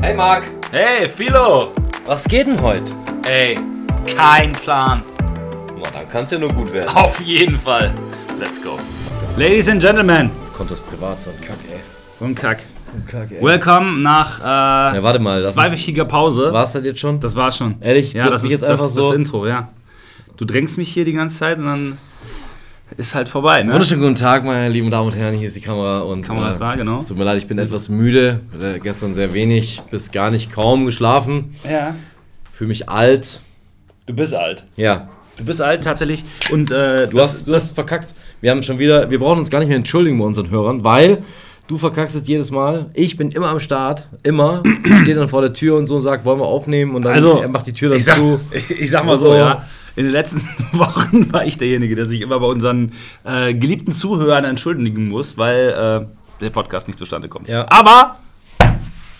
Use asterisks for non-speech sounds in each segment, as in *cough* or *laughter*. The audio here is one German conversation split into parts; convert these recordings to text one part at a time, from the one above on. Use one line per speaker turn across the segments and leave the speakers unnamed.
Hey Marc,
Hey, Philo!
Was geht denn heute?
Ey, kein Plan.
Na, dann kann's ja nur gut werden.
Auf jeden Fall. Let's go.
Ladies and Gentlemen,
Kommt das privat so ein Kack, ey.
so ein Kack.
Kack, ey.
Willkommen nach äh,
Ja, warte mal, das ist,
zweiwöchiger Pause.
war's das jetzt schon?
Das war schon.
Ehrlich,
ja,
du hast
das
mich
ist
jetzt
das,
einfach
das
so-
Intro, ja. Du drängst mich hier die ganze Zeit und dann ist halt vorbei, ne?
Wunderschönen guten Tag, meine lieben Damen und Herren, hier ist die Kamera und.
Kamera ist da, genau.
Es tut mir leid, ich bin etwas müde. Äh, gestern sehr wenig, bis gar nicht kaum geschlafen.
Ja.
Fühle mich alt.
Du bist alt.
Ja.
Du bist alt tatsächlich und äh,
Du hast, du hast verkackt. Wir haben schon wieder, wir brauchen uns gar nicht mehr entschuldigen bei unseren Hörern, weil du verkackst es jedes Mal. Ich bin immer am Start, immer. Ich stehe dann vor der Tür und so und sag, wollen wir aufnehmen und dann
also
macht die Tür dann
ich sag,
zu.
*laughs* Ich sag mal so, ja. In den letzten *laughs* Wochen war ich derjenige, der sich immer bei unseren äh, geliebten Zuhörern entschuldigen muss, weil äh, der Podcast nicht zustande kommt.
Ja.
Aber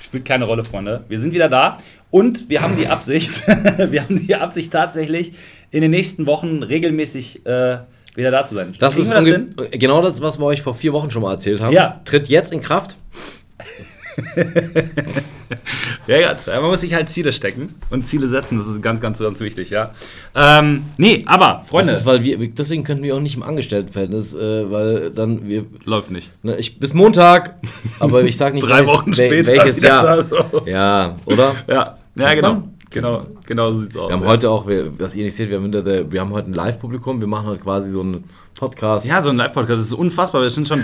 spielt keine Rolle, Freunde. Wir sind wieder da und wir haben die Absicht, *laughs* wir haben die Absicht tatsächlich in den nächsten Wochen regelmäßig äh, wieder da zu sein.
Das
Kriegen
ist
wir das hin?
unge- genau das, was wir euch vor vier Wochen schon mal erzählt haben.
Ja.
Tritt jetzt in Kraft.
Ja, ja, man muss sich halt Ziele stecken und Ziele setzen, das ist ganz, ganz, ganz wichtig, ja. Ähm, nee, aber,
Das
Freunde,
ist, weil wir, deswegen könnten wir auch nicht im Angestelltenverhältnis, äh, weil dann wir.
läuft nicht.
Ne, ich, bis Montag, aber ich sag nicht
*laughs* Drei
welches-
Wochen später
welches
wieder
Jahr.
so.
Ja, oder?
Ja, ja genau. Genau, genau so sieht's aus.
Wir haben
ja.
heute auch, wir- was ihr nicht seht, wir haben, hinter der, wir haben heute ein Live-Publikum, wir machen heute quasi so einen Podcast.
ja, so ein Live-Podcast das ist unfassbar. Wir sind schon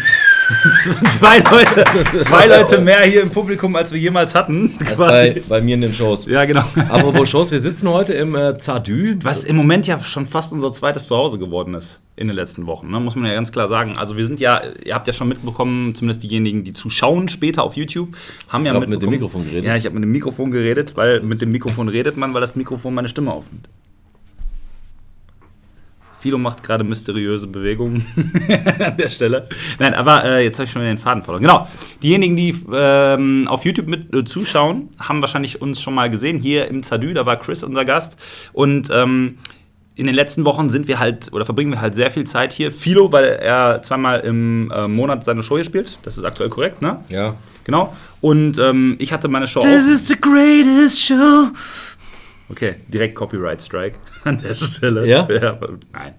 *laughs* zwei Leute, zwei Leute mehr hier im Publikum, als wir jemals hatten.
*laughs* als
quasi.
bei, bei mir in den Shows.
Ja, genau.
Apropos Shows, wir sitzen heute im äh, Zadü.
Was im Moment ja schon fast unser zweites Zuhause geworden ist in den letzten Wochen, ne? muss man ja ganz klar sagen. Also wir sind ja, ihr habt ja schon mitbekommen, zumindest diejenigen, die zuschauen später auf YouTube, haben ja
grad mit dem
mitbekommen-
Mikrofon geredet.
Ja, ich habe mit dem Mikrofon geredet, weil mit dem Mikrofon redet man, weil das Mikrofon meine Stimme aufnimmt. Philo macht gerade mysteriöse Bewegungen *laughs* an der Stelle. Nein, aber äh, jetzt habe ich schon wieder den Faden verloren. Genau. Diejenigen, die ähm, auf YouTube mit äh, zuschauen, haben wahrscheinlich uns schon mal gesehen. Hier im Zadü, da war Chris unser Gast. Und ähm, in den letzten Wochen sind wir halt oder verbringen wir halt sehr viel Zeit hier. Philo, weil er zweimal im äh, Monat seine Show hier spielt. Das ist aktuell korrekt, ne?
Ja.
Genau. Und ähm, ich hatte meine Show. auch-
is the greatest show.
Okay, direkt Copyright Strike *laughs* an der Stelle.
Ja?
aber- nein.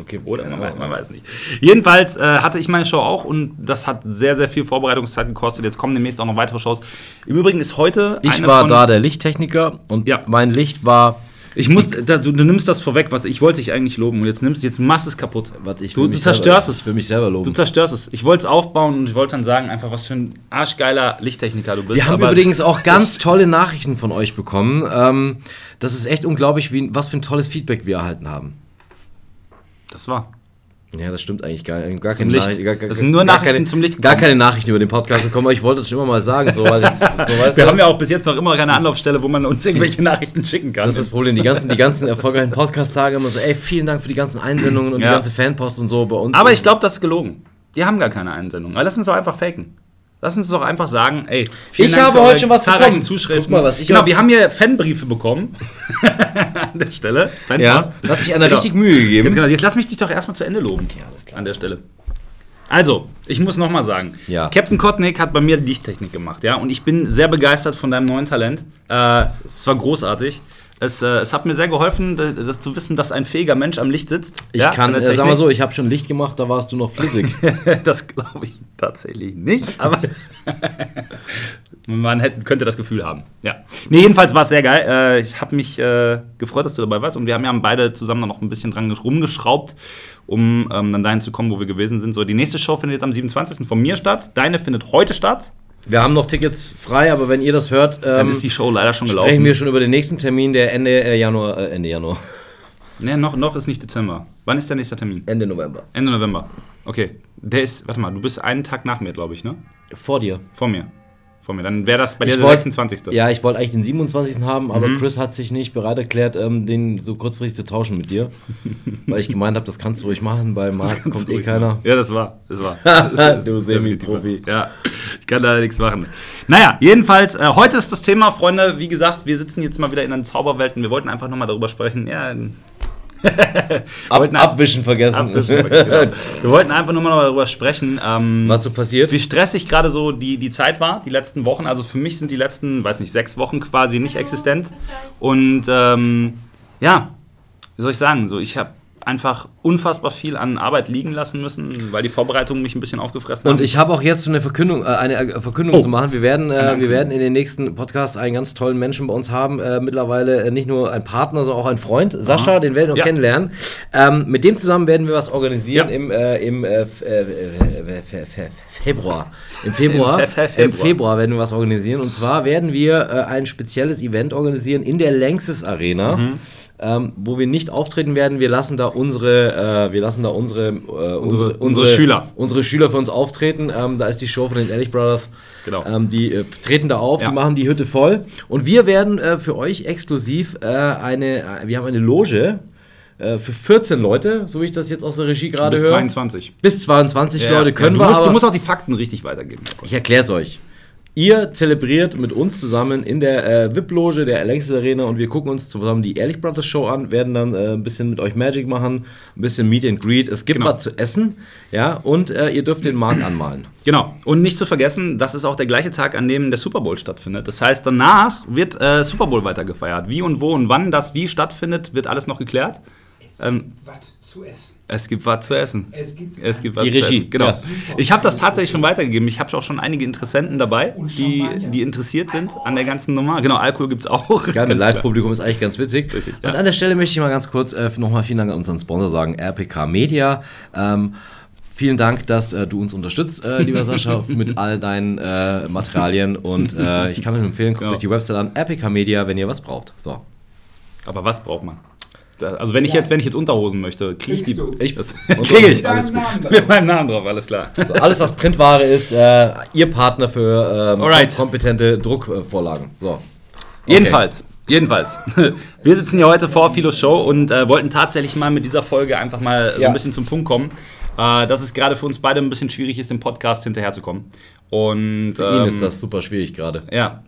Okay,
Oder man, weiß-
Ahnung.
man weiß nicht. Jedenfalls äh, hatte ich meine Show auch und das hat sehr, sehr viel Vorbereitungszeit gekostet. Jetzt kommen demnächst auch noch weitere Shows. Im Übrigen ist heute.
Ich
eine
war
von-
da der Lichttechniker und
Ja.
mein Licht war.
Ich muss, da, du, du nimmst das vorweg, was ich wollte dich eigentlich loben und jetzt nimmst jetzt machst es kaputt.
Warte, ich will
du, du
mich
zerstörst
selber,
es.
Ich will mich selber
Du
loben.
zerstörst es. Ich wollte es aufbauen und ich wollte dann sagen, einfach was für ein arschgeiler Lichttechniker du bist.
Wir haben
aber-
übrigens auch ganz tolle Nachrichten von euch bekommen. Ähm, das ist echt unglaublich, wie, was für ein tolles Feedback wir erhalten haben.
Das war.
Ja, das stimmt eigentlich gar, gar
Zum
keine
Licht.
Nachrichten. Gar, gar,
Das sind nur
gar
Nachrichten
keine,
zum Licht
Gar
gekommen.
keine Nachrichten über den Podcast gekommen, aber ich wollte das schon immer mal sagen. So, weil ich, so, weißt
Wir
du,
haben ja auch bis jetzt noch immer keine Anlaufstelle, wo man uns irgendwelche Nachrichten schicken kann.
das ist das Problem. Die ganzen, die ganzen erfolgreichen Podcast-Tage immer so, ey, vielen Dank für die ganzen Einsendungen und
Ja.
die ganze Fanpost und so bei uns.
Aber
ist-
ich glaube, das ist gelogen. Die haben gar keine Einsendung. Aber lass uns doch einfach faken. Lass uns doch einfach sagen, ey, vielen
Ich
Dank
habe
für
heute
eure
schon was
zahlreichen
bekommen.
Zuschriften.
Guck mal, was ich
genau,
hab-
wir haben hier Fanbriefe bekommen. *laughs* An der Stelle.
Ja,
Fanpost.
da hat sich einer
Genau.
richtig Mühe gegeben.
Ganz genau. Jetzt lass mich dich doch erstmal zu Ende loben. An der Stelle. Also, ich muss nochmal sagen,
Ja.
Captain Kotnick hat bei mir die Lichttechnik gemacht, ja, und ich bin sehr begeistert von deinem neuen Talent. Äh, es war großartig. Es, äh, es hat mir sehr geholfen, das, das zu wissen, dass ein fähiger Mensch am Licht sitzt.
Ich
ja,
kann,
an der
äh, sag
Technik.
mal so, ich habe schon Licht gemacht, da warst du noch flüssig.
Das glaube ich tatsächlich nicht, aber man hätte, könnte das Gefühl haben. Ja. Nee, jedenfalls war es sehr geil. Äh, ich habe mich äh, gefreut, dass du dabei warst und wir haben ja beide zusammen dann noch ein bisschen dran gesch- rumgeschraubt, um ähm, dann dahin zu kommen, wo wir gewesen sind. So, die nächste Show findet jetzt am 27. von mir statt. Deine findet heute statt.
Wir haben noch Tickets frei, aber wenn ihr das hört,
Dann
ähm,
ist die Show leider schon
sprechen
gelaufen.
wir schon über den nächsten Termin, der Ende äh, Januar, äh, Ende Januar,
Nee, noch, noch ist nicht Dezember. Wann ist der nächste Termin?
Ende November.
Ende November. Okay. Der ist, warte mal, du bist einen Tag nach mir, glaube ich, ne?
Vor dir.
Vor mir. Vor mir. Dann wäre das bei dir
Ich
der
wollt-
26.
Ja, ich wollte eigentlich den 27. haben, aber Chris hat sich nicht bereit erklärt, ähm, den so kurzfristig zu tauschen mit *laughs* dir. weil ich gemeint habe, das kannst du ruhig machen, bei Marc kommt eh keiner.
Ja, das war. Das
*laughs*
war.
du Semi-Profi.
Ja, ich kann leider nichts machen. Naja, jedenfalls, äh, heute ist das
*laughs*
Thema, Freunde. Wie gesagt, wir sitzen jetzt mal wieder in den Zauberwelten. Wir wollten einfach nochmal darüber sprechen. Ja,
Ab,
Wollten-
abwischen vergessen.
Abwischen, genau. Wir wollten einfach nur mal darüber sprechen, ähm,
Was so passiert?
wie stressig gerade so die, die Zeit war, die letzten Wochen. Also für mich sind die letzten, weiß nicht, sechs Wochen quasi nicht existent. Und ähm, ja, wie soll ich sagen, so ich habe einfach unfassbar viel an Arbeit liegen lassen müssen, weil die Vorbereitungen mich ein bisschen aufgefressen
Und
haben.
ich habe auch jetzt eine Verkündung, äh, eine äh, Verkündung
Oh.
zu machen. Wir werden, äh, wir
Ankündigung.
werden in den nächsten Podcasts einen ganz tollen Menschen bei uns haben. Äh, mittlerweile äh, nicht nur ein Partner, sondern auch ein Freund. Sascha, den werden wir
Ja.
kennenlernen. Ähm, mit dem zusammen werden wir was organisieren
Ja.
im, äh, im äh, f- äh, äh, fe- fe- Februar. Im Februar.
Im Fe- Fe-
Im
Februar.
Februar werden wir was organisieren. Und zwar werden wir äh, ein spezielles Event organisieren in der Lanxess Arena.
Mhm.
Ähm, wo wir nicht auftreten werden, wir lassen da unsere, äh, wir lassen da unsere, äh, unsere, unsere,
unsere Schüler.
unsere Schüler für uns auftreten. Ähm, da ist die Show von den Ehrlich Brothers.
Genau.
Ähm, die äh, treten da auf,
Ja.
die machen die Hütte voll. Und wir werden äh, für euch exklusiv äh, eine, äh, wir haben eine Loge äh, für 14 Leute, so wie ich das jetzt aus der Regie gerade
Bis
höre.
22.
Bis 22 Leute können
du
wir.
musst,
aber
du musst auch die Fakten richtig weitergeben.
ich erkläre es euch. Ihr zelebriert mit uns zusammen in der äh, VIP-Loge der Längstes Arena und wir gucken uns zusammen die Ehrlich Brothers Show an, werden dann äh, ein bisschen mit euch Magic machen, ein bisschen Meet and Greet. Es gibt
Genau.
was zu essen, ja, und äh, ihr dürft den Markt anmalen.
Genau. Und nicht zu vergessen, das ist auch der gleiche Tag, an dem der Super Bowl stattfindet. Das heißt, danach wird äh, Super Bowl weitergefeiert. Wie und wo und wann das wie stattfindet, wird alles noch geklärt. Ähm,
was zu essen.
es gibt was zu essen.
Es gibt
Es gibt was
Die
zu
Regie,
essen. Genau.
ja.
Ich habe das tatsächlich schon weitergegeben. Ich habe auch schon einige Interessenten dabei,
Und
die,
Champagner.
die interessiert sind an der ganzen Nummer. Genau, Alkohol gibt es auch.
Geil, mit
Ganz klar.
Live-Publikum ist eigentlich ganz witzig.
Richtig,
und
ja.
an der Stelle möchte ich mal ganz kurz äh, nochmal vielen Dank an unseren Sponsor sagen, RPK Media. Ähm, Vielen Dank, dass äh, du uns unterstützt, äh, lieber
*laughs*
Sascha, mit all deinen äh, Materialien. Und äh, ich kann euch nur empfehlen, guckt
Ja.
euch die Website an, RPK Media, wenn ihr was braucht. So.
Aber was braucht man? Da- Also wenn ich jetzt, wenn ich jetzt Unterhosen möchte, kriege ich die.
Kriegst du.
Ich,
Ich-
*laughs*
*laughs*
das kriege ich.
Deinen Namen drauf.
Mit meinem Namen drauf, alles klar.
So, Alles, was Printware ist, äh, ihr Partner für ähm,
Alright.
kompetente Druckvorlagen. So.
Jedenfalls. Jedenfalls. *laughs* Wir sitzen ja heute vor Philos Show und äh, wollten tatsächlich mal mit dieser Folge einfach mal so
Ja.
ein bisschen zum Punkt kommen, äh, dass es gerade für uns beide ein bisschen schwierig ist, dem Podcast hinterherzukommen. Und
Ihnen
ähm,
ist das super schwierig gerade.
Ja.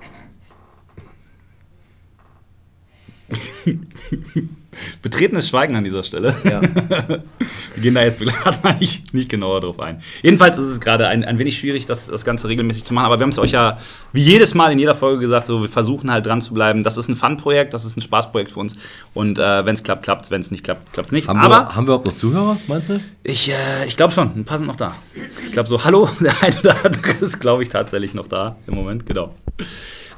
*laughs* Betretenes Schweigen an dieser Stelle.
Ja.
Wir gehen da jetzt *laughs* gerade mal nicht, nicht genauer drauf ein. Jedenfalls ist es gerade ein, ein wenig schwierig, das, das Ganze regelmäßig zu machen, aber wir haben es euch ja wie jedes Mal in jeder Folge gesagt, so, wir versuchen halt dran zu bleiben. Das ist ein Fun-Projekt, das ist ein Spaßprojekt für uns und äh, wenn es klappt, klappt wenn es nicht klappt, klappt es nicht.
Haben,
aber
wir, haben wir überhaupt noch Zuhörer, meinst du?
ich, äh, ich glaube schon, ein paar sind noch da. Ich glaube so, hallo, *laughs* der eine oder andere ist, glaube ich, tatsächlich noch da im Moment, genau.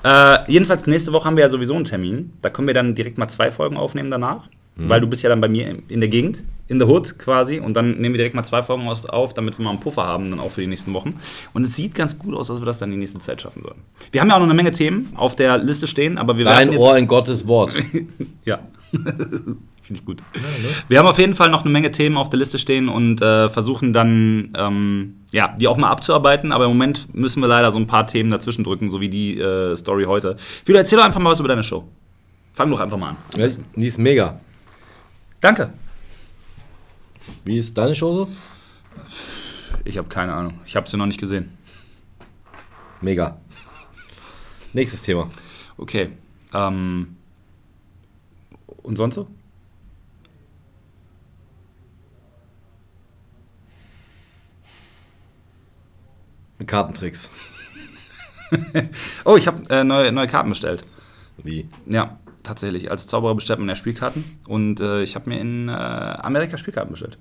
Äh, jedenfalls, nächste Woche haben wir ja sowieso einen Termin. Da können wir dann direkt mal zwei Folgen aufnehmen danach, weil du bist ja dann bei mir in- in der Gegend, in der Hood quasi. Und dann nehmen wir direkt mal zwei Folgen aus, auf, damit wir mal einen Puffer haben, dann auch für die nächsten Wochen. Und es sieht ganz gut aus, dass wir das dann die nächste Zeit schaffen würden. Wir haben ja auch noch eine Menge Themen auf der Liste stehen, aber wir
Dein
werfen jetzt-
Ohr in Gottes
*laughs*
Wort.
ja. Finde ich gut. Wir haben auf jeden Fall noch eine Menge Themen auf der Liste stehen und äh, versuchen dann, ähm, ja, die auch mal abzuarbeiten. Aber im Moment müssen wir leider so ein paar Themen dazwischen drücken, so wie die äh, Story heute. Philo, erzähl doch einfach mal was über deine Show. Fang doch einfach mal an.
Ja, Die ist mega.
Danke.
Wie ist deine Show so?
Ich habe keine Ahnung. Ich habe sie noch nicht gesehen.
Mega. Nächstes Thema.
Okay. Ähm, und sonst so?
Kartentricks.
Oh, ich habe äh, neue, neue Karten bestellt.
Wie?
Ja, tatsächlich. Als Zauberer bestellt man ja Spielkarten. Und äh, ich habe mir in äh, Amerika Spielkarten bestellt.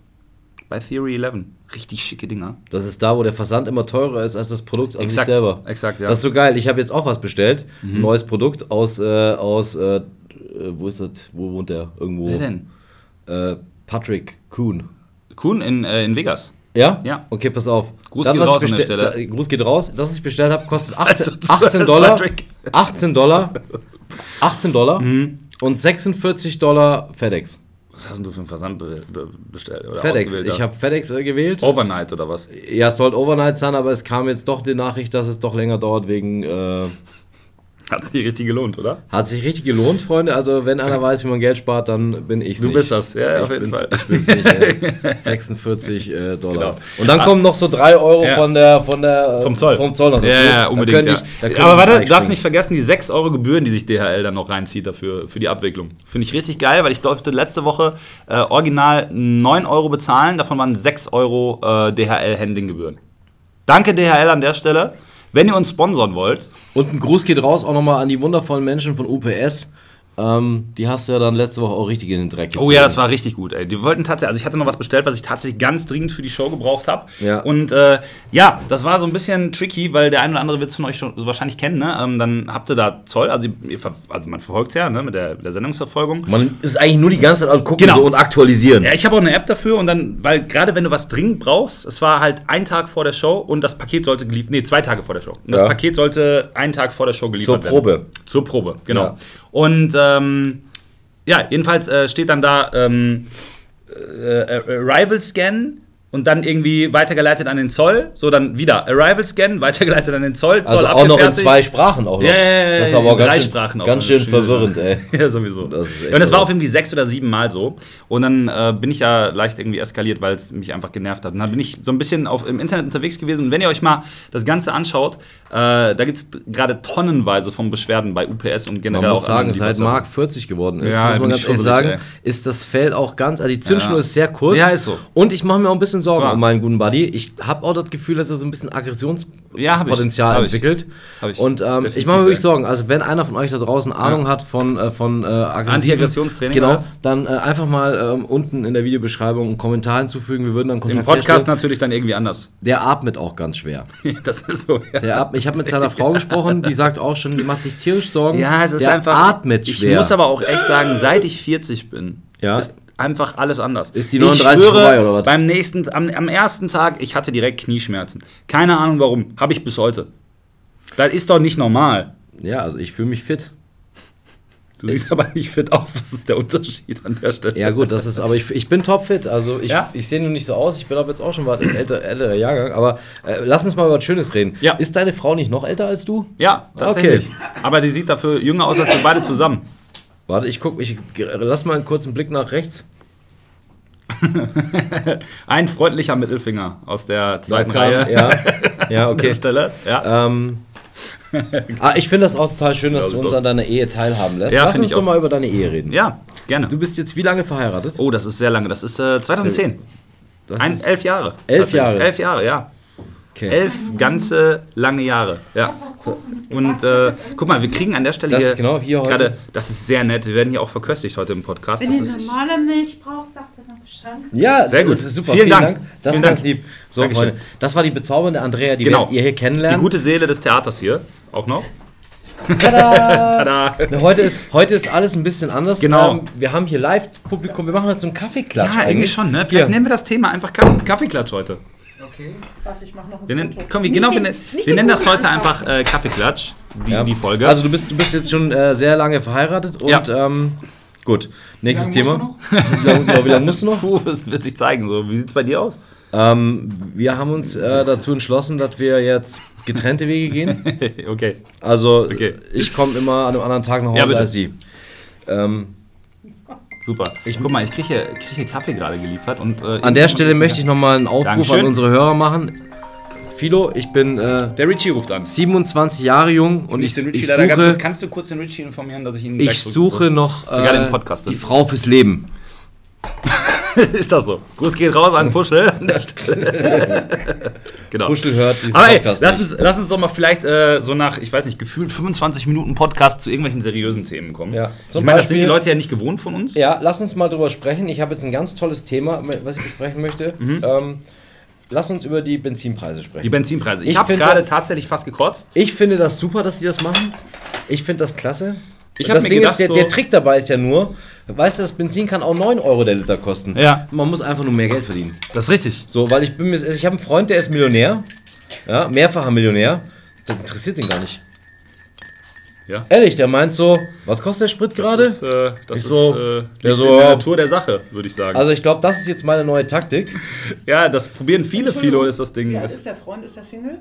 Bei Theory 11. Richtig schicke Dinger.
Das ist da, wo der Versand immer teurer ist als das Produkt an
Exakt,
sich selber.
exakt, ja. Mhm.
Das ist so geil. Ich habe jetzt auch was bestellt. Ein neues Produkt aus, äh, aus äh, äh, wo ist das? Wo wohnt der? Irgendwo.
Wer denn?
Äh, Patrick Kuhn.
Kuhn in, äh, in Vegas.
Ja?
Ja.
Okay, pass auf.
Gruß
Das,
geht
was ich
raus an der
bestell-
Stelle.
Da, Gruß geht raus. Das, was ich bestellt habe, kostet 18,
Also, zuerst
18 Dollar.
Patrick. Mhm.
18
*laughs*
Dollar. 18 Dollar. Und 46 Dollar FedEx.
Was hast denn du für einen Versand be be bestellt? Oder
FedEx.
ausgewählt da?
Ich habe FedEx äh, gewählt.
Overnight oder was?
Ja, es sollte Overnight sein, aber es kam jetzt doch die Nachricht, dass es doch länger dauert wegen äh,
Hat sich richtig gelohnt, oder?
Hat sich richtig gelohnt, Freunde. Also, wenn einer weiß, wie man Geld spart, dann bin ich
Du bist das, ja,
ich
auf jeden
bin's-
Fall.
Ich bin's nicht,
*laughs*
ey. 46 äh, Dollar.
Genau.
Und dann kommen noch so 3 Euro
Ja.
von der, von der, äh,
Vom Zoll.
Vom Zoll noch
Ja,
dazu.
ja,
Da
unbedingt.
könnte ich- da
ja.
könnte
Aber
ich
warte,
gleich
du darfst nicht
springen.
vergessen, die 6 Euro Gebühren, die sich DHL dann noch reinzieht dafür, für die Abwicklung. Finde ich richtig geil, weil ich durfte letzte Woche äh, original 9 Euro bezahlen, davon waren 6 Euro äh, DHL-Handling-Gebühren. Danke DHL an der Stelle. Wenn ihr uns sponsoren wollt,
Und ein Gruß geht raus auch nochmal an die wundervollen Menschen von UPS. Ähm, die hast du ja dann letzte Woche auch richtig in den Dreck gezogen.
Oh ja, das war richtig gut. Ey. Die wollten tatsächlich, also ich hatte noch was bestellt, was ich tatsächlich ganz dringend für die Show gebraucht habe.
Ja.
Und äh, ja, das war so ein bisschen tricky, weil der ein oder andere wird es von euch schon wahrscheinlich kennen. Ne? Ähm, dann habt ihr da Zoll, also, ihr, ver- also man verfolgt es ja ne? mit, der, mit der Sendungsverfolgung.
Man ist eigentlich nur die ganze Zeit am Gucken
Genau.
so und aktualisieren.
Ja, ich habe auch eine App dafür und dann, weil gerade wenn du was dringend brauchst, es war halt ein Tag vor der Show und das Paket sollte geliefert, nee, zwei Tage vor der Show. Und das
Ja.
Paket sollte einen Tag vor der Show geliefert
Zur
werden.
Probe.
Zur Probe, genau.
Ja.
Und ähm, ja, jedenfalls äh, steht dann da ähm, äh, Arrival Scan. Und dann irgendwie weitergeleitet an den Zoll, so dann wieder Arrival Scan, *laughs* weitergeleitet an den Zoll, Zoll
also auch noch in
abgefertigt.
zwei Sprachen auch noch.
Ja, ja, ja,
das ist
ja,
aber auch
in drei
ganz schön,
Sprachen auch
ganz
noch.
schön
Schwierig.
verwirrend, ey.
*laughs* Ja, sowieso.
Das ist echt
und das war
so.
auf irgendwie sechs oder sieben Mal so. Und dann äh, bin ich ja leicht irgendwie eskaliert, weil es mich einfach genervt hat. Und dann bin ich so ein bisschen auf, im Internet unterwegs gewesen. Und wenn ihr euch mal das Ganze anschaut, äh, da gibt es gerade tonnenweise von Beschwerden bei UPS und generell
Man muss
auch
sagen, halt seit
anderen Lieferservice.
Mark 40 geworden ist,
Ja,
muss
bin
man
ich
ganz
schon
ehrlich
so
sagen,
durch,
ist das Feld auch ganz, also die Zündschnur
Ja.
ist sehr kurz.
Ja, ist so.
Und ich mache mir auch ein bisschen Sorgen
Ist wahr.
um meinen guten Buddy. Ich habe auch das Gefühl, dass er so ein bisschen Aggressionspotenzial
Ja, hab ich. Hab ich.
entwickelt.
Hab ich.
Und ähm, ich
Definitiv,
mache mir wirklich
ey.
Sorgen. Also wenn einer von euch da draußen Ahnung hat von, äh, von äh, aggressiven-
Anti-Aggressionstraining oder
genau,
was?
dann äh, einfach mal ähm, unten in der Videobeschreibung einen Kommentar hinzufügen. Wir würden dann Kontakt
Im Podcast ne?
herstellen.
natürlich dann irgendwie anders. *laughs*
Der atmet auch ganz schwer.
das ist so. Ja.
Der ab, ich habe mit seiner Frau gesprochen, die sagt auch schon, die macht sich tierisch Sorgen.
Ja, es ist
der
einfach.
atmet schwer.
Ich muss aber auch echt sagen, seit ich 40 bin,
Ja.
ist einfach alles anders.
Ist die
Ich
39
schwöre,
vorbei, oder was?
Beim nächsten, am, am ersten Tag, ich hatte direkt Knieschmerzen. Keine Ahnung warum. Habe ich bis heute. Das ist doch nicht normal.
ja, also ich fühle mich fit.
Du siehst aber nicht fit aus. Das ist der Unterschied an der Stelle.
Ja, gut, das ist, aber ich, ich bin topfit. Also ich,
Ja?
ich sehe nur nicht so aus. Ich bin aber jetzt auch schon was älter, älterer Jahrgang. Aber äh, lass uns mal über was Schönes reden.
Ja.
Ist deine Frau nicht noch älter als du?
Ja, tatsächlich.
Okay.
Aber die sieht dafür jünger aus als wir beide zusammen.
Warte, ich guck, ich lass mal einen kurzen Blick nach rechts.
Ein freundlicher Mittelfinger aus der
Da
zweiten
kam-
Reihe
Ja, ja,
an der
okay.
Stelle. Ja.
Ähm,
*laughs*
ah, ich finde das auch total schön, dass
Ja,
du uns
super.
an deiner Ehe teilhaben lässt.
Ja,
lass
finde
uns
ich
doch
auch.
mal über deine Ehe reden.
ja, gerne.
Du bist jetzt wie lange verheiratet?
Oh, das ist sehr lange. Das ist äh, 2010.
Das
Ein,
ist-
elf Jahre.
Elf Jahre.
Elf Jahre, ja.
okay.
Elf ganze lange Jahre. Ja. Und äh, guck mal, wir kriegen an der Stelle
Das ist genau hier heute.
gerade, das ist sehr nett. Wir werden hier auch verköstigt heute im Podcast.
Wenn
Das
ihr
ist,
normale Milch braucht, sagt ihr dann Bescheid.
Ja,
Sehr gut.
das ist super.
Vielen
Vielen,
Dank.
Dank. Das
Vielen
ist ganz
Dank.
lieb. So,
Dankeschön.
Freunde, das war die bezaubernde Andrea, die
Genau.
wir ihr hier
die
kennenlernen.
gute Seele des Theaters hier auch noch. *laughs* Tada!
Na, Ne, heute, ist, heute ist alles ein bisschen anders. Ähm,
Genau.
wir haben hier Live-Publikum. Wir machen heute so einen Kaffeeklatsch.
Ja, irgendwie schon, ne? Vielleicht
Hier.
nennen wir das Thema einfach Kaff- Kaffeeklatsch heute.
Was, ich mache noch ein
Wir nennen,
Foto.
komm, wir, genau, wir,
den-
nennen- wir
nicht den
nennen das
Kuchen
heute
anfassen.
einfach äh, Kaffeeklatsch, die,
Ja.
die Folge.
Also, du bist, du bist jetzt schon äh, sehr lange verheiratet und
Ja.
ähm, gut. Nächstes
Wie lange
Thema. Wie lange genau, wie lange musst du noch?
Puh, *laughs* das wird sich zeigen. So, wie sieht's bei dir aus?
Ähm, wir haben uns äh, dazu entschlossen, dass wir jetzt getrennte Wege gehen.
okay.
Also,
*laughs* Okay.
ich komme immer an einem anderen Tag nach
Ja,
Hause
bitte.
als sie. Ähm,
Super. Ich guck mal, ich kriege hier, krieg hier Kaffee gerade geliefert und äh,
An der Stelle möchte ich nochmal einen Aufruf
Dankeschön.
an unsere Hörer machen. Philo, ich bin äh,
Der Richie ruft an.
27 Jahre jung und ich,
Ich, den Richie
ich
leider ganz kurz,
suche,
kannst du kurz den Richie informieren, dass ich ihn
ich
*laughs*
suche noch
Sogar
äh,
den Podcast.
die Frau fürs Leben.
ist das so? Gruß geht raus an *laughs* Puschel an der Stelle. *laughs* genau.
Puschel hört diesen
Aber ey,
Podcast
lass
nicht.
uns, lass uns doch mal vielleicht äh, so nach, ich weiß nicht, gefühlt 25 Minuten Podcast zu irgendwelchen seriösen Themen kommen.
Ja.
Ich
Zum
meine, das sind die
Beispiel-
Leute ja nicht gewohnt von uns.
Ja, lass uns mal drüber sprechen. Ich habe jetzt ein ganz tolles Thema, was ich besprechen möchte. Ähm, lass uns über die Benzinpreise
Mhm. Die
sprechen.
Benzinpreise. Ich,
Ich
habe
finde-
gerade tatsächlich fast gekotzt.
Ich finde das super, dass sie das machen. Ich finde das klasse.
Ich hab
das
mir
Ding
gedacht,
ist, der,
so-
der Trick dabei ist ja nur, weißt du, das Benzin kann auch 9 Euro der Liter kosten.
Ja.
Man muss einfach nur mehr Geld verdienen.
Das ist richtig.
So, weil ich bin mir, ich habe einen Freund, der ist Millionär, ja, mehrfacher Millionär. Das interessiert den gar nicht.
Ja.
Ehrlich, der meint so, was kostet der Sprit gerade?
Das ist, äh, das
Ich
ist
so-
äh,
der
liegt
so-
in der Natur der Sache, würde ich sagen.
Also ich glaube, das ist jetzt meine neue Taktik.
ja, das probieren viele, viele, ist das Ding.
Ja, ist der Freund, ist der Single?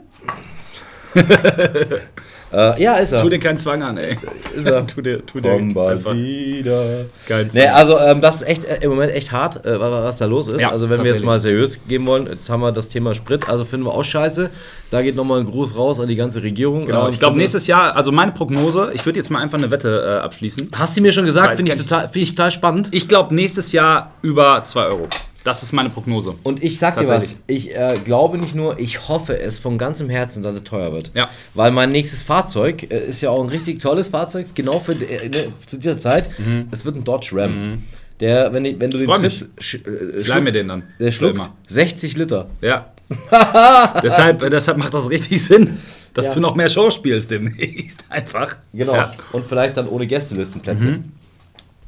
Äh, ja, ist er.
Tu dir keinen Zwang an, ey.
ist er.
*laughs* Tu dir, tu dir
Komm bald
einfach
wieder.
keinen Zwang.
Nee, also ähm, das ist echt äh, im Moment echt hart, äh, wa- wa- was da los ist.
Ja,
also wenn wir jetzt
tatsächlich.
mal seriös gehen wollen, jetzt haben wir das Thema Sprit, also finden wir auch scheiße. Da geht nochmal ein Gruß raus an die ganze Regierung.
Genau,
Ähm,
ich glaube,
finde-
nächstes Jahr, also meine Prognose, ich würde jetzt mal einfach eine Wette äh, abschließen.
Hast du mir schon gesagt,
Weiß
finde ich,
gar nicht.
total- finde ich total spannend.
Ich glaube, nächstes Jahr über 2 Euro. Das ist meine Prognose.
Und ich sag dir was,
Tatsächlich.
ich äh, glaube nicht nur, ich hoffe es von ganzem Herzen, dass es teuer wird.
Ja.
Weil mein nächstes Fahrzeug äh, ist ja auch ein richtig tolles Fahrzeug, genau für die- äh, ne, zu dieser Zeit. Es wird ein Dodge Ram. Der, wenn, ich- wenn du den
Freu Mhm. mich.
trittst, sch, äh,
Leih mir
schluckt-
den dann.
der schluckt
Immer.
60 Liter. *laughs*
Ja. deshalb, deshalb macht das richtig Sinn, dass
Ja.
du noch mehr Show spielst demnächst. *laughs* Einfach.
Genau.
Ja. Mhm.
Und vielleicht dann ohne Gästelistenplätze.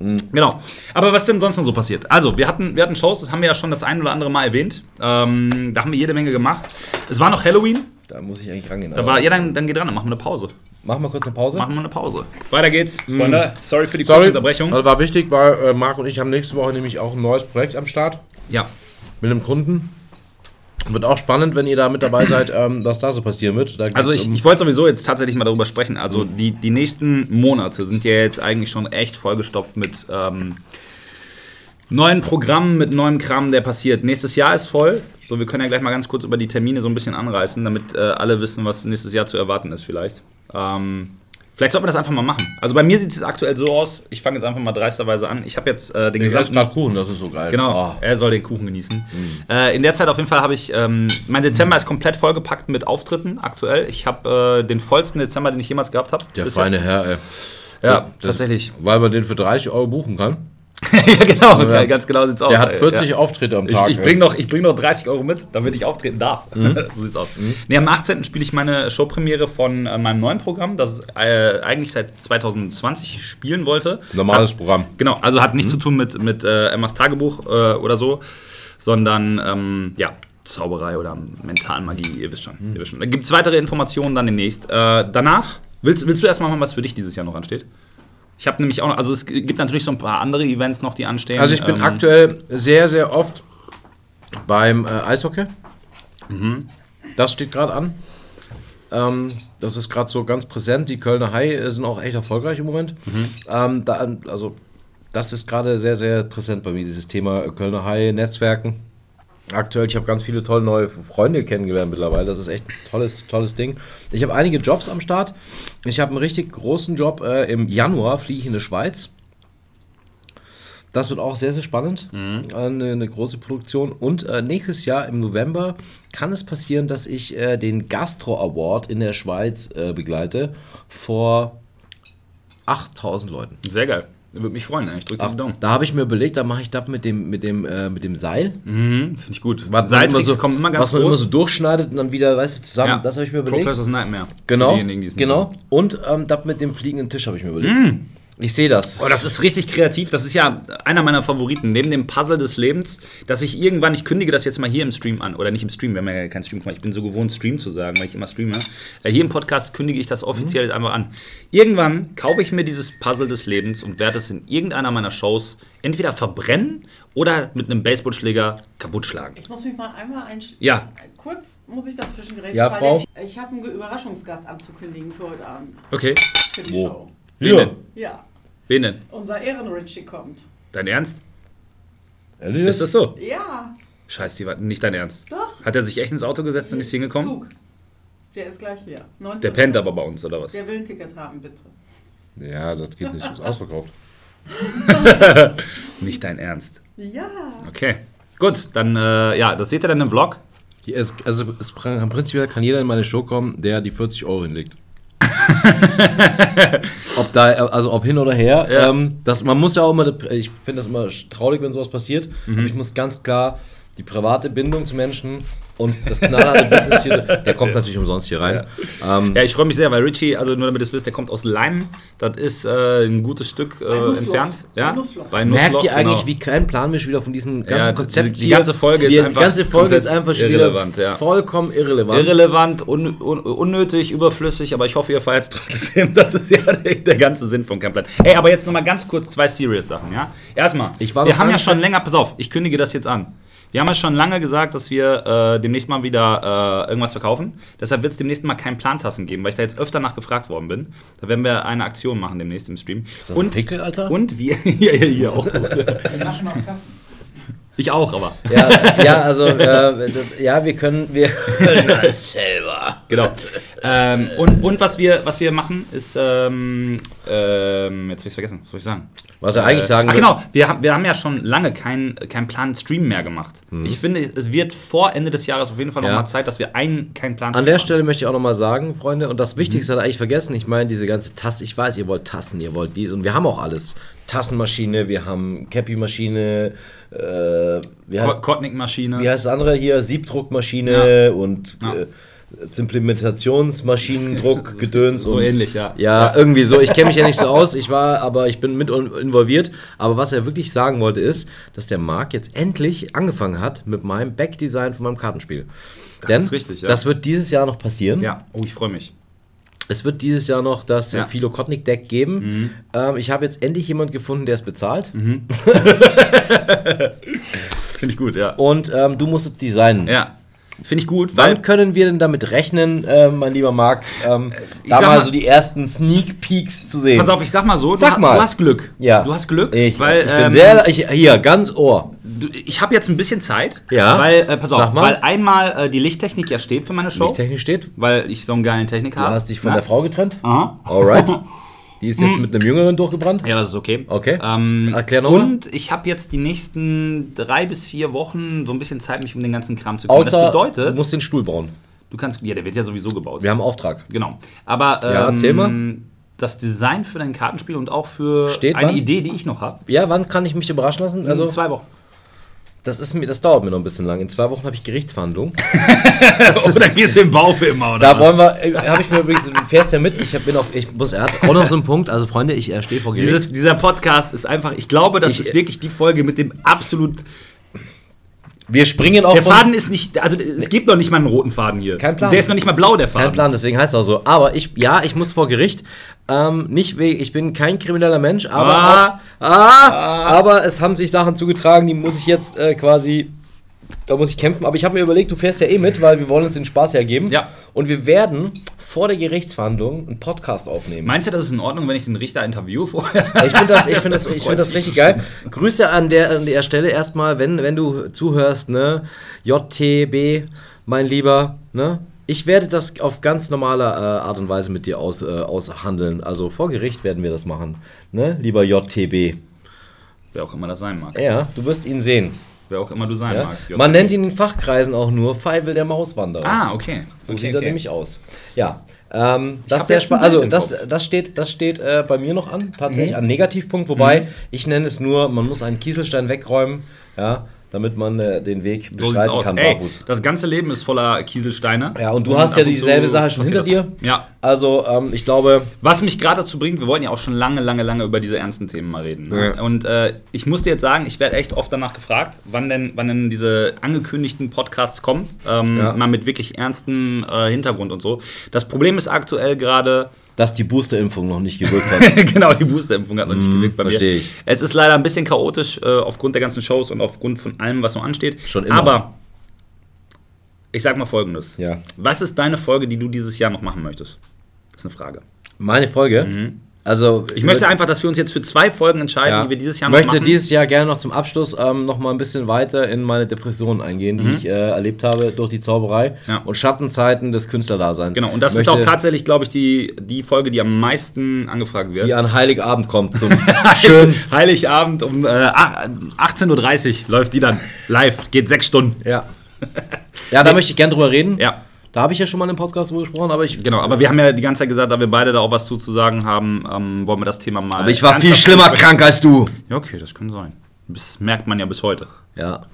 Genau. Aber was denn sonst noch so passiert? Also, wir hatten, wir hatten Shows, das haben wir ja schon das ein oder andere Mal erwähnt. Ähm, da haben wir jede Menge gemacht. Es war noch Halloween.
Da muss ich eigentlich rangehen.
Da war, ja, dann, dann geh dran, dann machen wir eine Pause.
Machen wir kurz eine Pause.
Machen wir eine Pause. Weiter geht's, Freunde. Sorry für die
Sorry,
kurze Unterbrechung.
Das war wichtig, weil äh, Marc und ich haben nächste Woche nämlich auch ein neues Projekt am Start
Ja.
mit einem Kunden. Wird auch spannend, wenn ihr da mit dabei seid, ähm, was da so passieren wird. Da geht's
Also ich,
um,
ich wollte sowieso jetzt tatsächlich mal darüber sprechen. Also die, die nächsten Monate sind ja jetzt eigentlich schon echt vollgestopft mit ähm, neuen Programmen, mit neuem Kram, der passiert. Nächstes Jahr ist voll. So, wir können ja gleich mal ganz kurz über die Termine so ein bisschen anreißen, damit äh, alle wissen, was nächstes Jahr zu erwarten ist vielleicht. Ähm, vielleicht sollte man das einfach mal machen. Also bei mir sieht es aktuell so aus, ich fange jetzt einfach mal dreisterweise an. Ich habe jetzt äh, den
ich esse
gesamten
gerade Kuchen, das ist so geil.
Genau,
Oh. Mhm.
er soll den Kuchen genießen. Äh, in der Zeit auf jeden Fall habe ich, ähm, mein Dezember ist komplett vollgepackt mit Auftritten aktuell. Ich habe äh, den vollsten Dezember, den ich jemals gehabt habe.
Der
Bis
feine Herr, ey.
Jetzt. Ja,
Das-
tatsächlich.
Weil man den für 30 Euro buchen kann.
*laughs* ja, genau,
Ja.
ganz genau sieht's aus.
Der hat
ey.
40
ja.
Auftritte am Tag.
Ich, ich
ey.
bringe noch, ich bring noch 30 Euro mit, damit ich auftreten darf.
Mhm.
*laughs* so sieht's aus. Nee, am 18. spiele ich meine Showpremiere von äh, meinem neuen Programm, das ich äh, eigentlich seit 2020 spielen wollte.
Normales Programm.
Genau, also hat
Mhm.
nichts zu tun mit, mit äh, Emmas Tagebuch äh, oder so, sondern ähm, ja, Zauberei oder Mentalmagie, ihr wisst schon.
Mhm.
Ihr wisst schon. Da gibt es weitere Informationen dann demnächst. Äh, danach, willst, willst du erstmal machen, was für dich dieses Jahr noch ansteht? Ich habe nämlich auch noch, also es gibt natürlich so ein paar andere Events noch, die anstehen.
Also ich bin
Ähm,
aktuell sehr, sehr oft beim äh, Eishockey. Das steht gerade an. Ähm, das ist gerade so ganz präsent. Die Kölner Hai äh, sind auch echt erfolgreich im Moment. Ähm, da, ähm, also das ist gerade sehr, sehr präsent bei mir, dieses Thema äh, Kölner Hai, Netzwerken. Aktuell, ich habe ganz viele tolle neue Freunde kennengelernt mittlerweile. Das ist echt ein tolles, tolles Ding. Ich habe einige Jobs am Start. Ich habe einen richtig großen Job. Äh, Im Januar fliege ich in die Schweiz. Das wird auch sehr, sehr spannend.
Mhm.
Äh, Eine, eine große Produktion. Und äh, nächstes Jahr im November kann es passieren, dass ich äh, den Gastro Award in der Schweiz äh, begleite vor 8000 Leuten.
Sehr geil. Würde mich freuen, ey. ich drücke dir die Daumen.
Da habe ich mir überlegt, da mache ich das mit dem, mit dem, äh, mit dem Seil.
Finde ich gut.
Was man, immer
Mhm. Seiltricks
so,
kommen immer ganz
was man
groß.
immer so durchschneidet und dann wieder, weißt du, zusammen. Das habe ich mir überlegt.
Professor's Nightmare. Für
Genau.
diejenigen, die es nicht
Genau. Und ähm, das mit dem fliegenden Tisch habe ich mir überlegt.
Mhm.
Ich sehe das.
Oh, das ist richtig kreativ. Das ist ja einer meiner Favoriten. Neben dem Puzzle des Lebens, dass ich irgendwann, ich kündige das jetzt mal hier im Stream an. Oder nicht im Stream, wir haben ja keinen Stream gemacht. Ich bin so gewohnt, Stream zu sagen, weil ich immer streame. Äh, hier im Podcast kündige ich das offiziell einfach an. Irgendwann kaufe ich mir dieses Puzzle des Lebens und werde es in irgendeiner meiner Shows entweder verbrennen oder mit einem Baseballschläger kaputt schlagen.
Ich muss mich mal einmal einschließen.
Ja.
Kurz muss ich dazwischen gerecht,
Ja,
weil
Frau?
ich, ich habe einen Überraschungsgast anzukündigen für heute Abend.
Okay.
Für die
Wo?
Show.
Wen
Ja.
denn?
Ja.
Wen denn?
Unser Ehrenritchie kommt.
Dein Ernst?
Ehrlich?
Ist das so?
Ja,
Scheiß, die war nicht dein Ernst.
doch.
Hat er sich echt ins Auto gesetzt und ist hingekommen?
Zug. Der ist gleich hier. 19.
Der pennt aber bei uns, oder was?
Der will ein Ticket haben, bitte.
ja, das geht nicht. Ist ausverkauft.
Nicht dein Ernst.
Ja.
Okay. Gut, dann, äh, ja, das seht ihr dann im Vlog.
Hier ist, also es, im Prinzip kann jeder in meine Show kommen, der die 40 Euro
*laughs*
hinlegt. ob da, also ob hin oder her,
Ja.
ähm, das, man muss ja auch immer, ich finde das immer traurig, wenn sowas passiert,
Mhm.
aber ich muss ganz klar die private Bindung zu Menschen und das knallharte Business hier, der kommt natürlich umsonst hier rein. Ähm,
Ja, ich freue mich sehr, weil Richie, also nur damit ihr es wisst, der kommt aus Leim. Das ist äh, ein gutes Stück äh,
Nussloch.
entfernt.
Bei
Ja,
Nussloch.
Nussloch,
Merkt ihr eigentlich,
genau.
wie kein Plan wir schon wieder von diesem ganzen
Ja,
Konzept
die- die ganze Folge ist
hier,
einfach
Die ganze Folge
komplett
ist einfach schon
irrelevant,
wieder
ja.
vollkommen irrelevant.
Irrelevant, un, un, unnötig, überflüssig, aber ich hoffe, ihr feiert es trotzdem. *laughs* Das ist ja der, der ganze Sinn von Camp Ey, aber jetzt nochmal ganz kurz zwei Serious-Sachen, ja? Erstmal,
Ich war
wir
noch
haben
gar
ja
nicht-
schon länger, pass auf, ich kündige das jetzt an. Wir haben ja schon lange gesagt, dass wir äh, demnächst mal wieder äh, irgendwas verkaufen. Deshalb wird es demnächst mal kein Plantassen geben, weil ich da jetzt öfter nach gefragt worden bin. Da werden wir eine Aktion machen demnächst im Stream.
Ist das ein Pickel, Alter?
Und wir. *laughs* ja, ja, ja, auch.
Wir machen auch Tassen.
Ich auch, aber.
Ja, ja also, äh, *laughs* das- ja, wir können,
*laughs*
wir können es selber.
Genau. ähm, und, und was wir was wir machen ist ähm, ähm, jetzt habe ich vergessen, was soll ich sagen?
Was er eigentlich sagen
Ach
will-
genau, wir haben wir haben ja schon lange keinen keinen Plan Stream mehr gemacht. Ich finde, es wird vor Ende des Jahres auf jeden Fall
Mhm. Ja.
nochmal Zeit, dass wir einen keinen Plan
An der Stelle möchte ich auch nochmal sagen, Freunde, und das
Mhm.
Wichtigste hat er eigentlich vergessen, ich meine, diese ganze Tasse, ich weiß, ihr wollt Tassen, ihr wollt dies, und wir haben auch alles. Tassenmaschine, wir haben Cappy-Maschine, äh, wir haben,
Kotnik-Maschine.
wie heißt das andere hier, Siebdruckmaschine und
Ja.
äh, Implementationsmaschinendruck, Gedöns
*laughs* So
und
ähnlich, ja.
Ja, irgendwie so. Ich kenne mich ja nicht so aus. Ich war, aber ich bin mit un- involviert. Aber was er wirklich sagen wollte, ist, dass der Marc jetzt endlich angefangen hat mit meinem Backdesign von meinem Kartenspiel. Das
ist richtig, ja.
Das wird dieses Jahr noch passieren.
Ja, oh, ich freue mich.
Es wird dieses Jahr noch das
Ja. Mhm.
ja. Philokotnik-Deck geben. Ähm, ich habe jetzt endlich jemanden gefunden, der es bezahlt.
Finde ich gut, ja.
Und ähm, du musst es designen.
Ja. Finde ich gut, weil Äh,
Wann können wir denn damit rechnen, ähm, mein lieber Marc, ähm, da
sag
mal,
mal-
so die ersten Sneak Peeks zu sehen?
Pass auf, ich sag mal so,
Sag
du,
mal.
du hast Glück.
Ja.
Du hast Glück,
Ich,
weil
ich bin
ähm,
sehr, ich, hier, ganz Ohr.
Du- Ich habe jetzt ein bisschen Zeit,
Ja.
weil, äh, pass
Sag
auf,
mal.
weil einmal äh, die Lichttechnik ja steht für meine Show,
Lichttechnik steht.
weil ich so einen geilen Technik
Du
habe.
hast dich von
ne?
der Frau getrennt.
Aha. *laughs*
Alright. Die ist jetzt mit einem Jüngeren durchgebrannt.
Ja, das ist okay.
Okay.
Ähm,
Erklär nochmal.
und ich habe jetzt die nächsten drei bis vier Wochen so ein bisschen Zeit, mich um den ganzen Kram zu kümmern.
Außer
das bedeutet,
du musst den Stuhl bauen.
du kannst, ja, der wird ja sowieso gebaut.
Wir haben einen Auftrag.
Genau. Aber ähm,
Ja, erzähl mal.
das Design für dein Kartenspiel und auch für
Steht
eine
wann?
Idee, die ich noch habe.
Ja, wann kann ich mich überraschen lassen?
In
Also,
zwei Wochen.
das, ist mir, das dauert mir noch ein bisschen lang. In zwei Wochen habe ich
*laughs*
Gerichtsverhandlung. Das
Oh, dann
ist,
gehst du im Bau für immer, oder?
da wollen wir, äh, habe ich mir übrigens, du fährst ja mit, ich hab- bin auf, ich muss erst, auch noch so ein Punkt, also Freunde, ich äh, stehe vor Gericht.
Dieses, dieser Podcast ist einfach, ich glaube, das
Ich-
ist wirklich die Folge mit dem absolut.
wir springen auch
Der Faden ist nicht, also es gibt noch nicht mal einen roten Faden hier.
Kein Plan.
Der ist noch nicht mal blau, der Faden.
Kein Plan, deswegen heißt es auch so. Aber ich, ja, ich muss vor Gericht. Ähm, nicht wegen, ich bin kein krimineller Mensch, aber,
Ah.
auch, ah, aber es haben sich Sachen zugetragen, die muss ich jetzt äh, quasi, da muss ich kämpfen. Aber ich habe mir überlegt, du fährst ja eh mit, weil wir wollen uns den Spaß ja geben.
Ja.
Und wir werden vor der Gerichtsverhandlung einen Podcast aufnehmen.
Meinst du, das ist in Ordnung, wenn ich den Richter interviewe vorher? *laughs*
Ich finde das, ich find das, ich
freut
find das
sich
richtig geil. Grüße an der, an der Stelle erstmal, wenn, wenn du zuhörst, ne? JTB, mein Lieber, ne? Ich werde das auf ganz normale äh, Art und Weise mit dir aus, äh, aushandeln. Also vor Gericht werden wir das machen, ne? Lieber JTB.
Wer auch immer das sein mag.
Ja, du wirst ihn sehen.
Wer auch immer du sein
Äh, Ja?
magst.
Man nennt ihn in Fachkreisen auch nur Feivel der Mauswanderer.
Ah, okay.
So
okay,
sieht er
okay.
nämlich aus. Ja. Ähm, das
hab
ist sehr
jetzt ein
spannend.
Bild
Also,
im
das,
Kopf. Mhm.
das steht, das steht äh, bei mir noch an, tatsächlich an Negativpunkt, wobei ich nenne es nur, man muss einen Kieselstein wegräumen, ja, damit man äh, den Weg
So sieht's
bestreiten
aus.
kann,
Ey,
barfuß.
das ganze Leben ist voller Kieselsteine.
Ja, und du hast ja
ab
dieselbe
zu
Sache schon
passiert
hinter
das.
dir.
Ja.
Also, ähm, ich glaube,
Was mich gerade dazu bringt, wir wollten ja auch schon lange, lange, lange über diese ernsten Themen mal reden. Ne?
Ja.
Und äh, ich muss dir jetzt sagen, ich werde echt oft danach gefragt, wann denn, wann denn diese angekündigten Podcasts kommen. Ähm,
Ja.
Mal mit wirklich ernstem äh, Hintergrund und so. Das Problem ist aktuell gerade,
dass die Boosterimpfung noch nicht gewirkt hat.
*laughs* genau, die Boosterimpfung hat noch nicht gewirkt bei mir.
Mhm, verstehe ich.
Es ist leider ein bisschen chaotisch äh, aufgrund der ganzen Shows und aufgrund von allem, was so ansteht.
Schon immer.
Aber ich sag mal folgendes.
Ja.
Was ist deine Folge, die du dieses Jahr noch machen möchtest? Das ist eine Frage.
Meine Folge. Also,
Mhm. Ich möchte einfach, dass wir uns jetzt für zwei Folgen entscheiden,
ja,
die wir dieses Jahr noch
möchte
machen.
dieses Jahr gerne noch zum Abschluss ähm, noch mal ein bisschen weiter in meine Depressionen eingehen, die ich äh, erlebt habe durch die Zauberei
Mhm. Ja.
und Schattenzeiten des Künstlerdaseins.
genau, und das ist
Möchte-
auch tatsächlich, glaube ich, die, die Folge, die am meisten angefragt wird.
die
*laughs*
an Heiligabend kommt zum schön.
Heiligabend um äh, ach- 18.30 Uhr läuft die dann live. Geht sechs Stunden. *laughs*
Ja. Ja, da möchte ich gern drüber reden.
Ja.
Da habe ich ja schon mal in einem Podcast drüber gesprochen, aber ich,
Genau, aber wir haben ja die ganze Zeit gesagt, da wir beide da auch was zu, zu sagen haben, ähm, wollen wir das Thema mal.
aber ich war viel
ernsthaft
schlimmer
besprechen.
krank als du.
Ja, okay, das kann sein. Das merkt man ja bis heute.
Ja.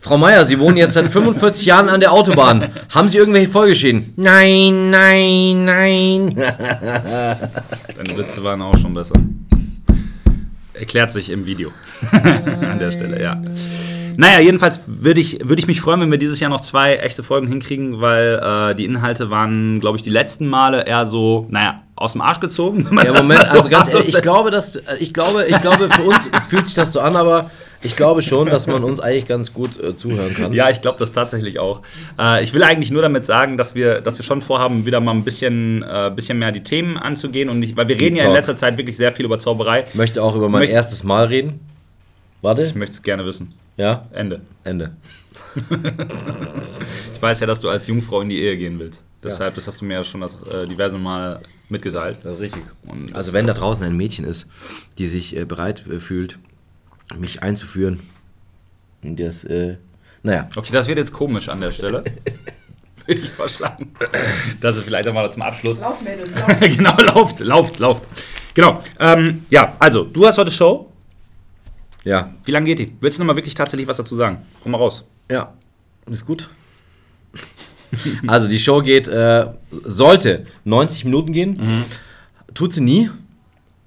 Frau Meier, Sie wohnen
*laughs*
jetzt seit 45 Jahren an der Autobahn. Haben Sie irgendwelche Folgeschäden? Nein, nein, nein.
Deine Witze waren auch schon besser. Erklärt sich im Video. *laughs* An der Stelle, ja. Naja, jedenfalls würde ich, würde ich mich freuen, wenn wir dieses Jahr noch zwei echte Folgen hinkriegen, weil äh, die Inhalte waren, glaube ich, die letzten Male eher so, naja, aus dem Arsch *laughs* gezogen. wenn man
Ja,
das
Moment,
mal so
also ganz ehrlich,
ausdrückt.
ich glaube, dass ich glaube, ich glaube, für uns fühlt sich das so an, aber Ich glaube schon, dass man uns eigentlich ganz gut äh, zuhören kann.
Ja, ich glaube das tatsächlich auch. Äh, ich will eigentlich nur damit sagen, dass wir, dass wir schon vorhaben, wieder mal ein bisschen, äh, bisschen mehr die Themen anzugehen und nicht, weil wir reden ja in
Talk.
letzter Zeit wirklich sehr viel über Zauberei.
Möchte auch über mein
Möcht-
erstes Mal reden.
Ich
Warte.
möchte es gerne wissen.
Ja,
Ende.
Ende.
Ich weiß ja, dass du als Jungfrau in die Ehe gehen willst. Deshalb, das hast du mir ja schon das, äh, diverse Mal mitgeteilt.
Das ist richtig.
Und
Also wenn da draußen ein Mädchen ist, die sich äh, bereit äh, fühlt, mich einzuführen, und das, äh, naja,
Okay, das wird jetzt komisch an der Stelle. *laughs* Würde ich vorschlagen. Das ist vielleicht einmal zum Abschluss.
Lauf, Mädels,
*laughs*
lauf.
genau, lauft, lauft, lauft. Genau. Ähm, ja, also, du hast heute Show.
ja,
Wie lange geht die? Willst du nochmal wirklich tatsächlich was dazu sagen? Komm mal raus.
ja, ist gut. *laughs* also die Show geht, äh, sollte 90 Minuten gehen, tut sie nie.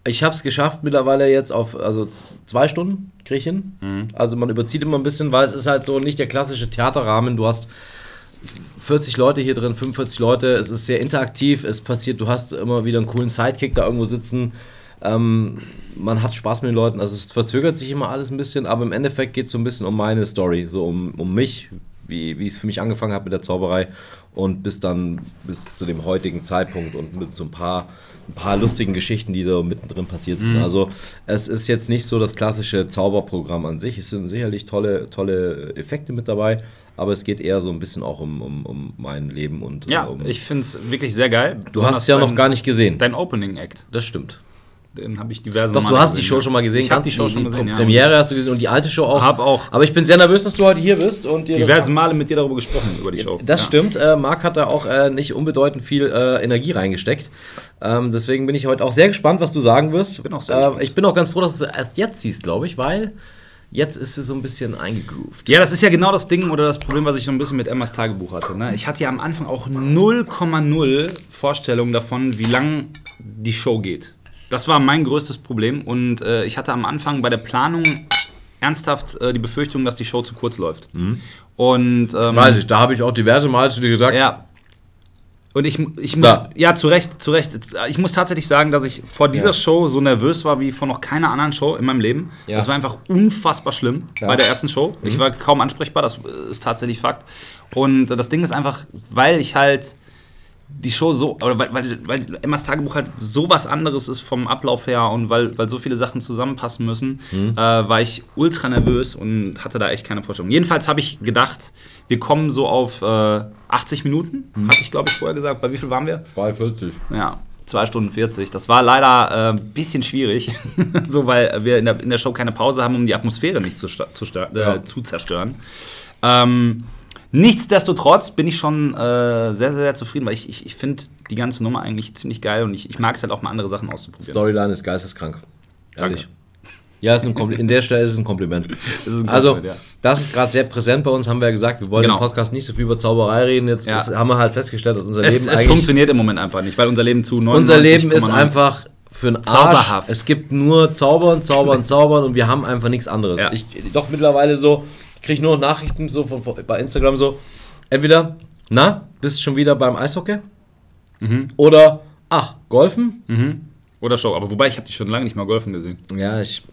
Ich habe es geschafft mittlerweile jetzt auf, also z- zwei Stunden kriege ich hin. Also man überzieht immer ein bisschen, weil es ist halt so nicht der klassische Theaterrahmen. Du hast 40 Leute hier drin, 45 Leute. Es ist sehr interaktiv. Es passiert, du hast immer wieder einen coolen Sidekick da irgendwo sitzen. Ähm, man hat Spaß mit den Leuten. Also es verzögert sich immer alles ein bisschen, aber im Endeffekt geht es so ein bisschen um meine Story, so um, um mich, wie, wie es für mich angefangen hat mit der Zauberei und bis dann, bis zu dem heutigen Zeitpunkt und mit so ein paar, ein paar lustigen Geschichten, die so mittendrin passiert sind. Also es ist jetzt nicht so das klassische Zauberprogramm an sich. Es sind sicherlich tolle, tolle Effekte mit dabei, aber es geht eher so ein bisschen auch um, um, um mein Leben und äh, um,
finde es wirklich sehr geil.
du hast es ja noch gar nicht gesehen.
Dein Opening Act.
Das stimmt.
Den habe ich diverse
Doch, du
Male
hast die
gesehen,
Show
ja.
schon mal gesehen.
also Ich habe
ganz
die Show schon gesehen,
Pre-
ja.
Premiere hast du gesehen und die alte Show auch.
Hab auch.
Aber ich bin sehr nervös, dass du heute hier bist und dir
Diverse Male mit dir darüber gesprochen, über die Show.
das. Das
Ja.
stimmt. Äh, Marc hat da auch äh, nicht unbedeutend viel äh, Energie reingesteckt. Ähm, deswegen bin ich heute auch sehr gespannt, was du sagen wirst. Ich
bin auch sehr gespannt.
ich bin auch ganz froh, dass du es erst jetzt siehst, glaube ich, weil jetzt ist es so ein bisschen eingegroovt.
Ja, das ist ja genau das Ding oder das Problem, was ich so ein bisschen mit Emmas Tagebuch hatte. Ne? Ich hatte ja am Anfang auch 0,0 Vorstellung davon, wie lang die Show geht. Das war mein größtes Problem und äh, ich hatte am Anfang bei der Planung ernsthaft äh, die Befürchtung, dass die Show zu kurz läuft.
Mhm.
Und ähm,
Weiß ich, da habe ich auch diverse Male zu dir gesagt,
ja. Und ich, mu- ich muss,
Da.
ja, zu Recht, zu Recht. Ich muss tatsächlich sagen, dass ich vor dieser Show so nervös war wie vor noch keiner anderen Show in meinem Leben.
Ja.
Das war einfach unfassbar schlimm bei der ersten Show. Ich war kaum ansprechbar, das äh, ist tatsächlich Fakt. Und das Ding ist einfach, weil ich halt die Show so, oder weil, weil, weil Emmas Tagebuch halt sowas anderes ist vom Ablauf her und weil, weil so viele Sachen zusammenpassen müssen, äh, war ich ultra nervös und hatte da echt keine Vorstellung. Jedenfalls habe ich gedacht, wir kommen so auf äh, 80 Minuten, hatte ich glaube ich vorher gesagt. Bei wie viel waren wir?
240.
Ja, 2 Stunden 40. Das war leider äh, ein bisschen schwierig, *laughs* so weil wir in der, in der Show keine Pause haben, um die Atmosphäre nicht zu, sta- zu, sta- äh,
Ja.
zu zerstören. Ähm, nichtsdestotrotz bin ich schon äh, sehr, sehr, sehr zufrieden, weil ich, ich, ich finde die ganze Nummer eigentlich ziemlich geil und ich, ich mag es halt auch mal andere Sachen auszuprobieren.
Storyline ist geisteskrank.
Danke.
Ja, ist ein Kompli- in der Stelle ist es ein Kompliment.
Das ist ein
Also,
Kompliment, ja.
das ist gerade sehr präsent bei uns, haben wir ja gesagt, wir wollen
Genau.
im Podcast nicht so viel über Zauberei reden. Jetzt
Ja.
ist, haben wir halt festgestellt, dass unser
Es,
Leben
es
eigentlich.
funktioniert im Moment einfach nicht, weil unser Leben zu 99,
Unser Leben ist einfach für einen Arsch.
Zauberhaft.
Es gibt nur Zaubern, Zaubern, Zaubern und wir haben einfach nichts anderes.
Ja.
Ich doch mittlerweile so, ich kriege nur Nachrichten so von, von, bei Instagram so, entweder, na, bist schon wieder beim Eishockey?
Mhm.
Oder, ach, Golfen?
Oder Show, aber wobei ich habe dich schon lange nicht mal golfen gesehen.
Ja, ich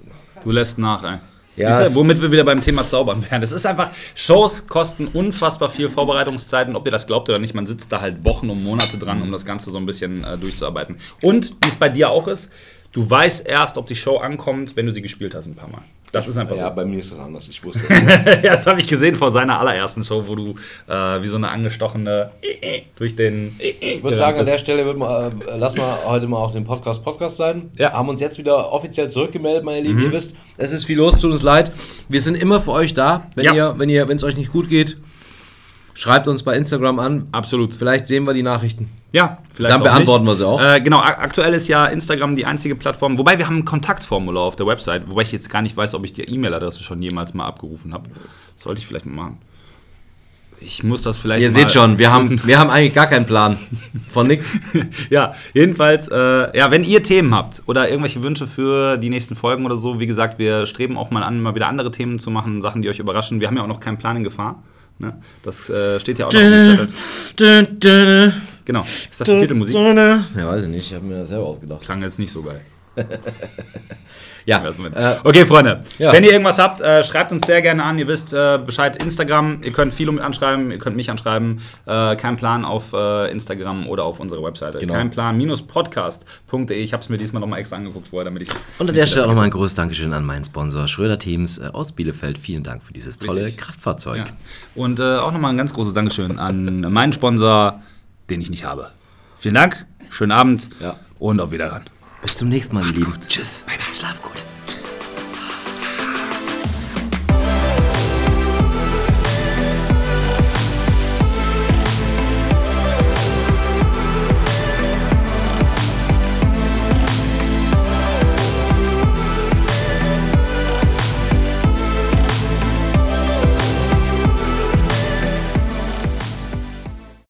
Du lässt nach, ey.
Ja,
Siehst du,
es-
womit wir wieder beim Thema Zaubern wären. Das ist einfach, Shows kosten unfassbar viel Vorbereitungszeiten, ob ihr das glaubt oder nicht. Man sitzt da halt Wochen und Monate dran, um das Ganze so ein bisschen äh, durchzuarbeiten. Und, wie es bei dir auch ist, du weißt erst, ob die Show ankommt, wenn du sie gespielt hast ein paar Mal. Das ist einfach so. *laughs*
bei mir ist das anders. Ich *laughs* wusste.
Ja, das habe ich gesehen vor seiner allerersten Show, wo du äh, wie so eine angestochene äh, durch den... äh,
Ich würde sagen, an der Stelle wird mal, äh, lass mal heute mal auch den Podcast Podcast sein.
Ja. Mhm.
Haben uns jetzt wieder offiziell zurückgemeldet, meine Lieben. Ihr wisst, es ist viel los, tut uns leid. Wir sind immer für euch da. Wenn
Ja.
ihr, wenn ihr, wenn es euch nicht gut geht, schreibt uns bei Instagram an.
Absolut.
Vielleicht sehen wir die Nachrichten.
Ja, vielleicht.
Dann
auch
beantworten
nicht.
wir sie auch.
Äh, genau, ak- aktuell ist ja Instagram die einzige Plattform, wobei wir haben ein Kontaktformular auf der Website, wobei ich jetzt gar nicht weiß, ob ich die E-Mail-Adresse schon jemals mal abgerufen habe. Sollte ich vielleicht mal machen. Ich muss das vielleicht
Ihr
mal
seht schon, wir haben,
*laughs*
wir haben eigentlich gar keinen Plan von nix.
ja, jedenfalls, äh, ja, wenn ihr Themen habt oder irgendwelche Wünsche für die nächsten Folgen oder so, wie gesagt, wir streben auch mal an, mal wieder andere Themen zu machen, Sachen, die euch überraschen. Wir haben ja auch noch keinen Plan in Gefahr. Ne? Das äh, steht ja auch noch auf dem Zettel.
Ja,
Genau. Ist das die Titelmusik?
weiß ich nicht, ich habe mir das selber ausgedacht.
Klang jetzt nicht so geil.
Ja,
Lassen wir-
äh,
okay, Freunde.
ja.
Wenn ihr irgendwas habt, äh, schreibt uns sehr gerne an. Ihr wisst äh, Bescheid. Instagram, ihr könnt Philo mit anschreiben, ihr könnt mich anschreiben. Äh, kein Plan auf äh, Instagram oder auf unserer Webseite.
Genau.
Kein Plan-podcast.de. Ich habe es mir diesmal nochmal extra angeguckt vorher, damit ich
und an der Stelle auch nochmal ein großes Dankeschön an meinen Sponsor Schröder Teams äh, aus Bielefeld. Vielen Dank für dieses tolle
Richtig.
Kraftfahrzeug.
Ja. Und äh, auch nochmal ein ganz großes Dankeschön an meinen Sponsor, den ich nicht habe. Vielen Dank, schönen Abend
Ja.
und auf Wiederhören.
Bis zum nächsten Mal, ihr Lieben. Tschüss. Schlaf gut.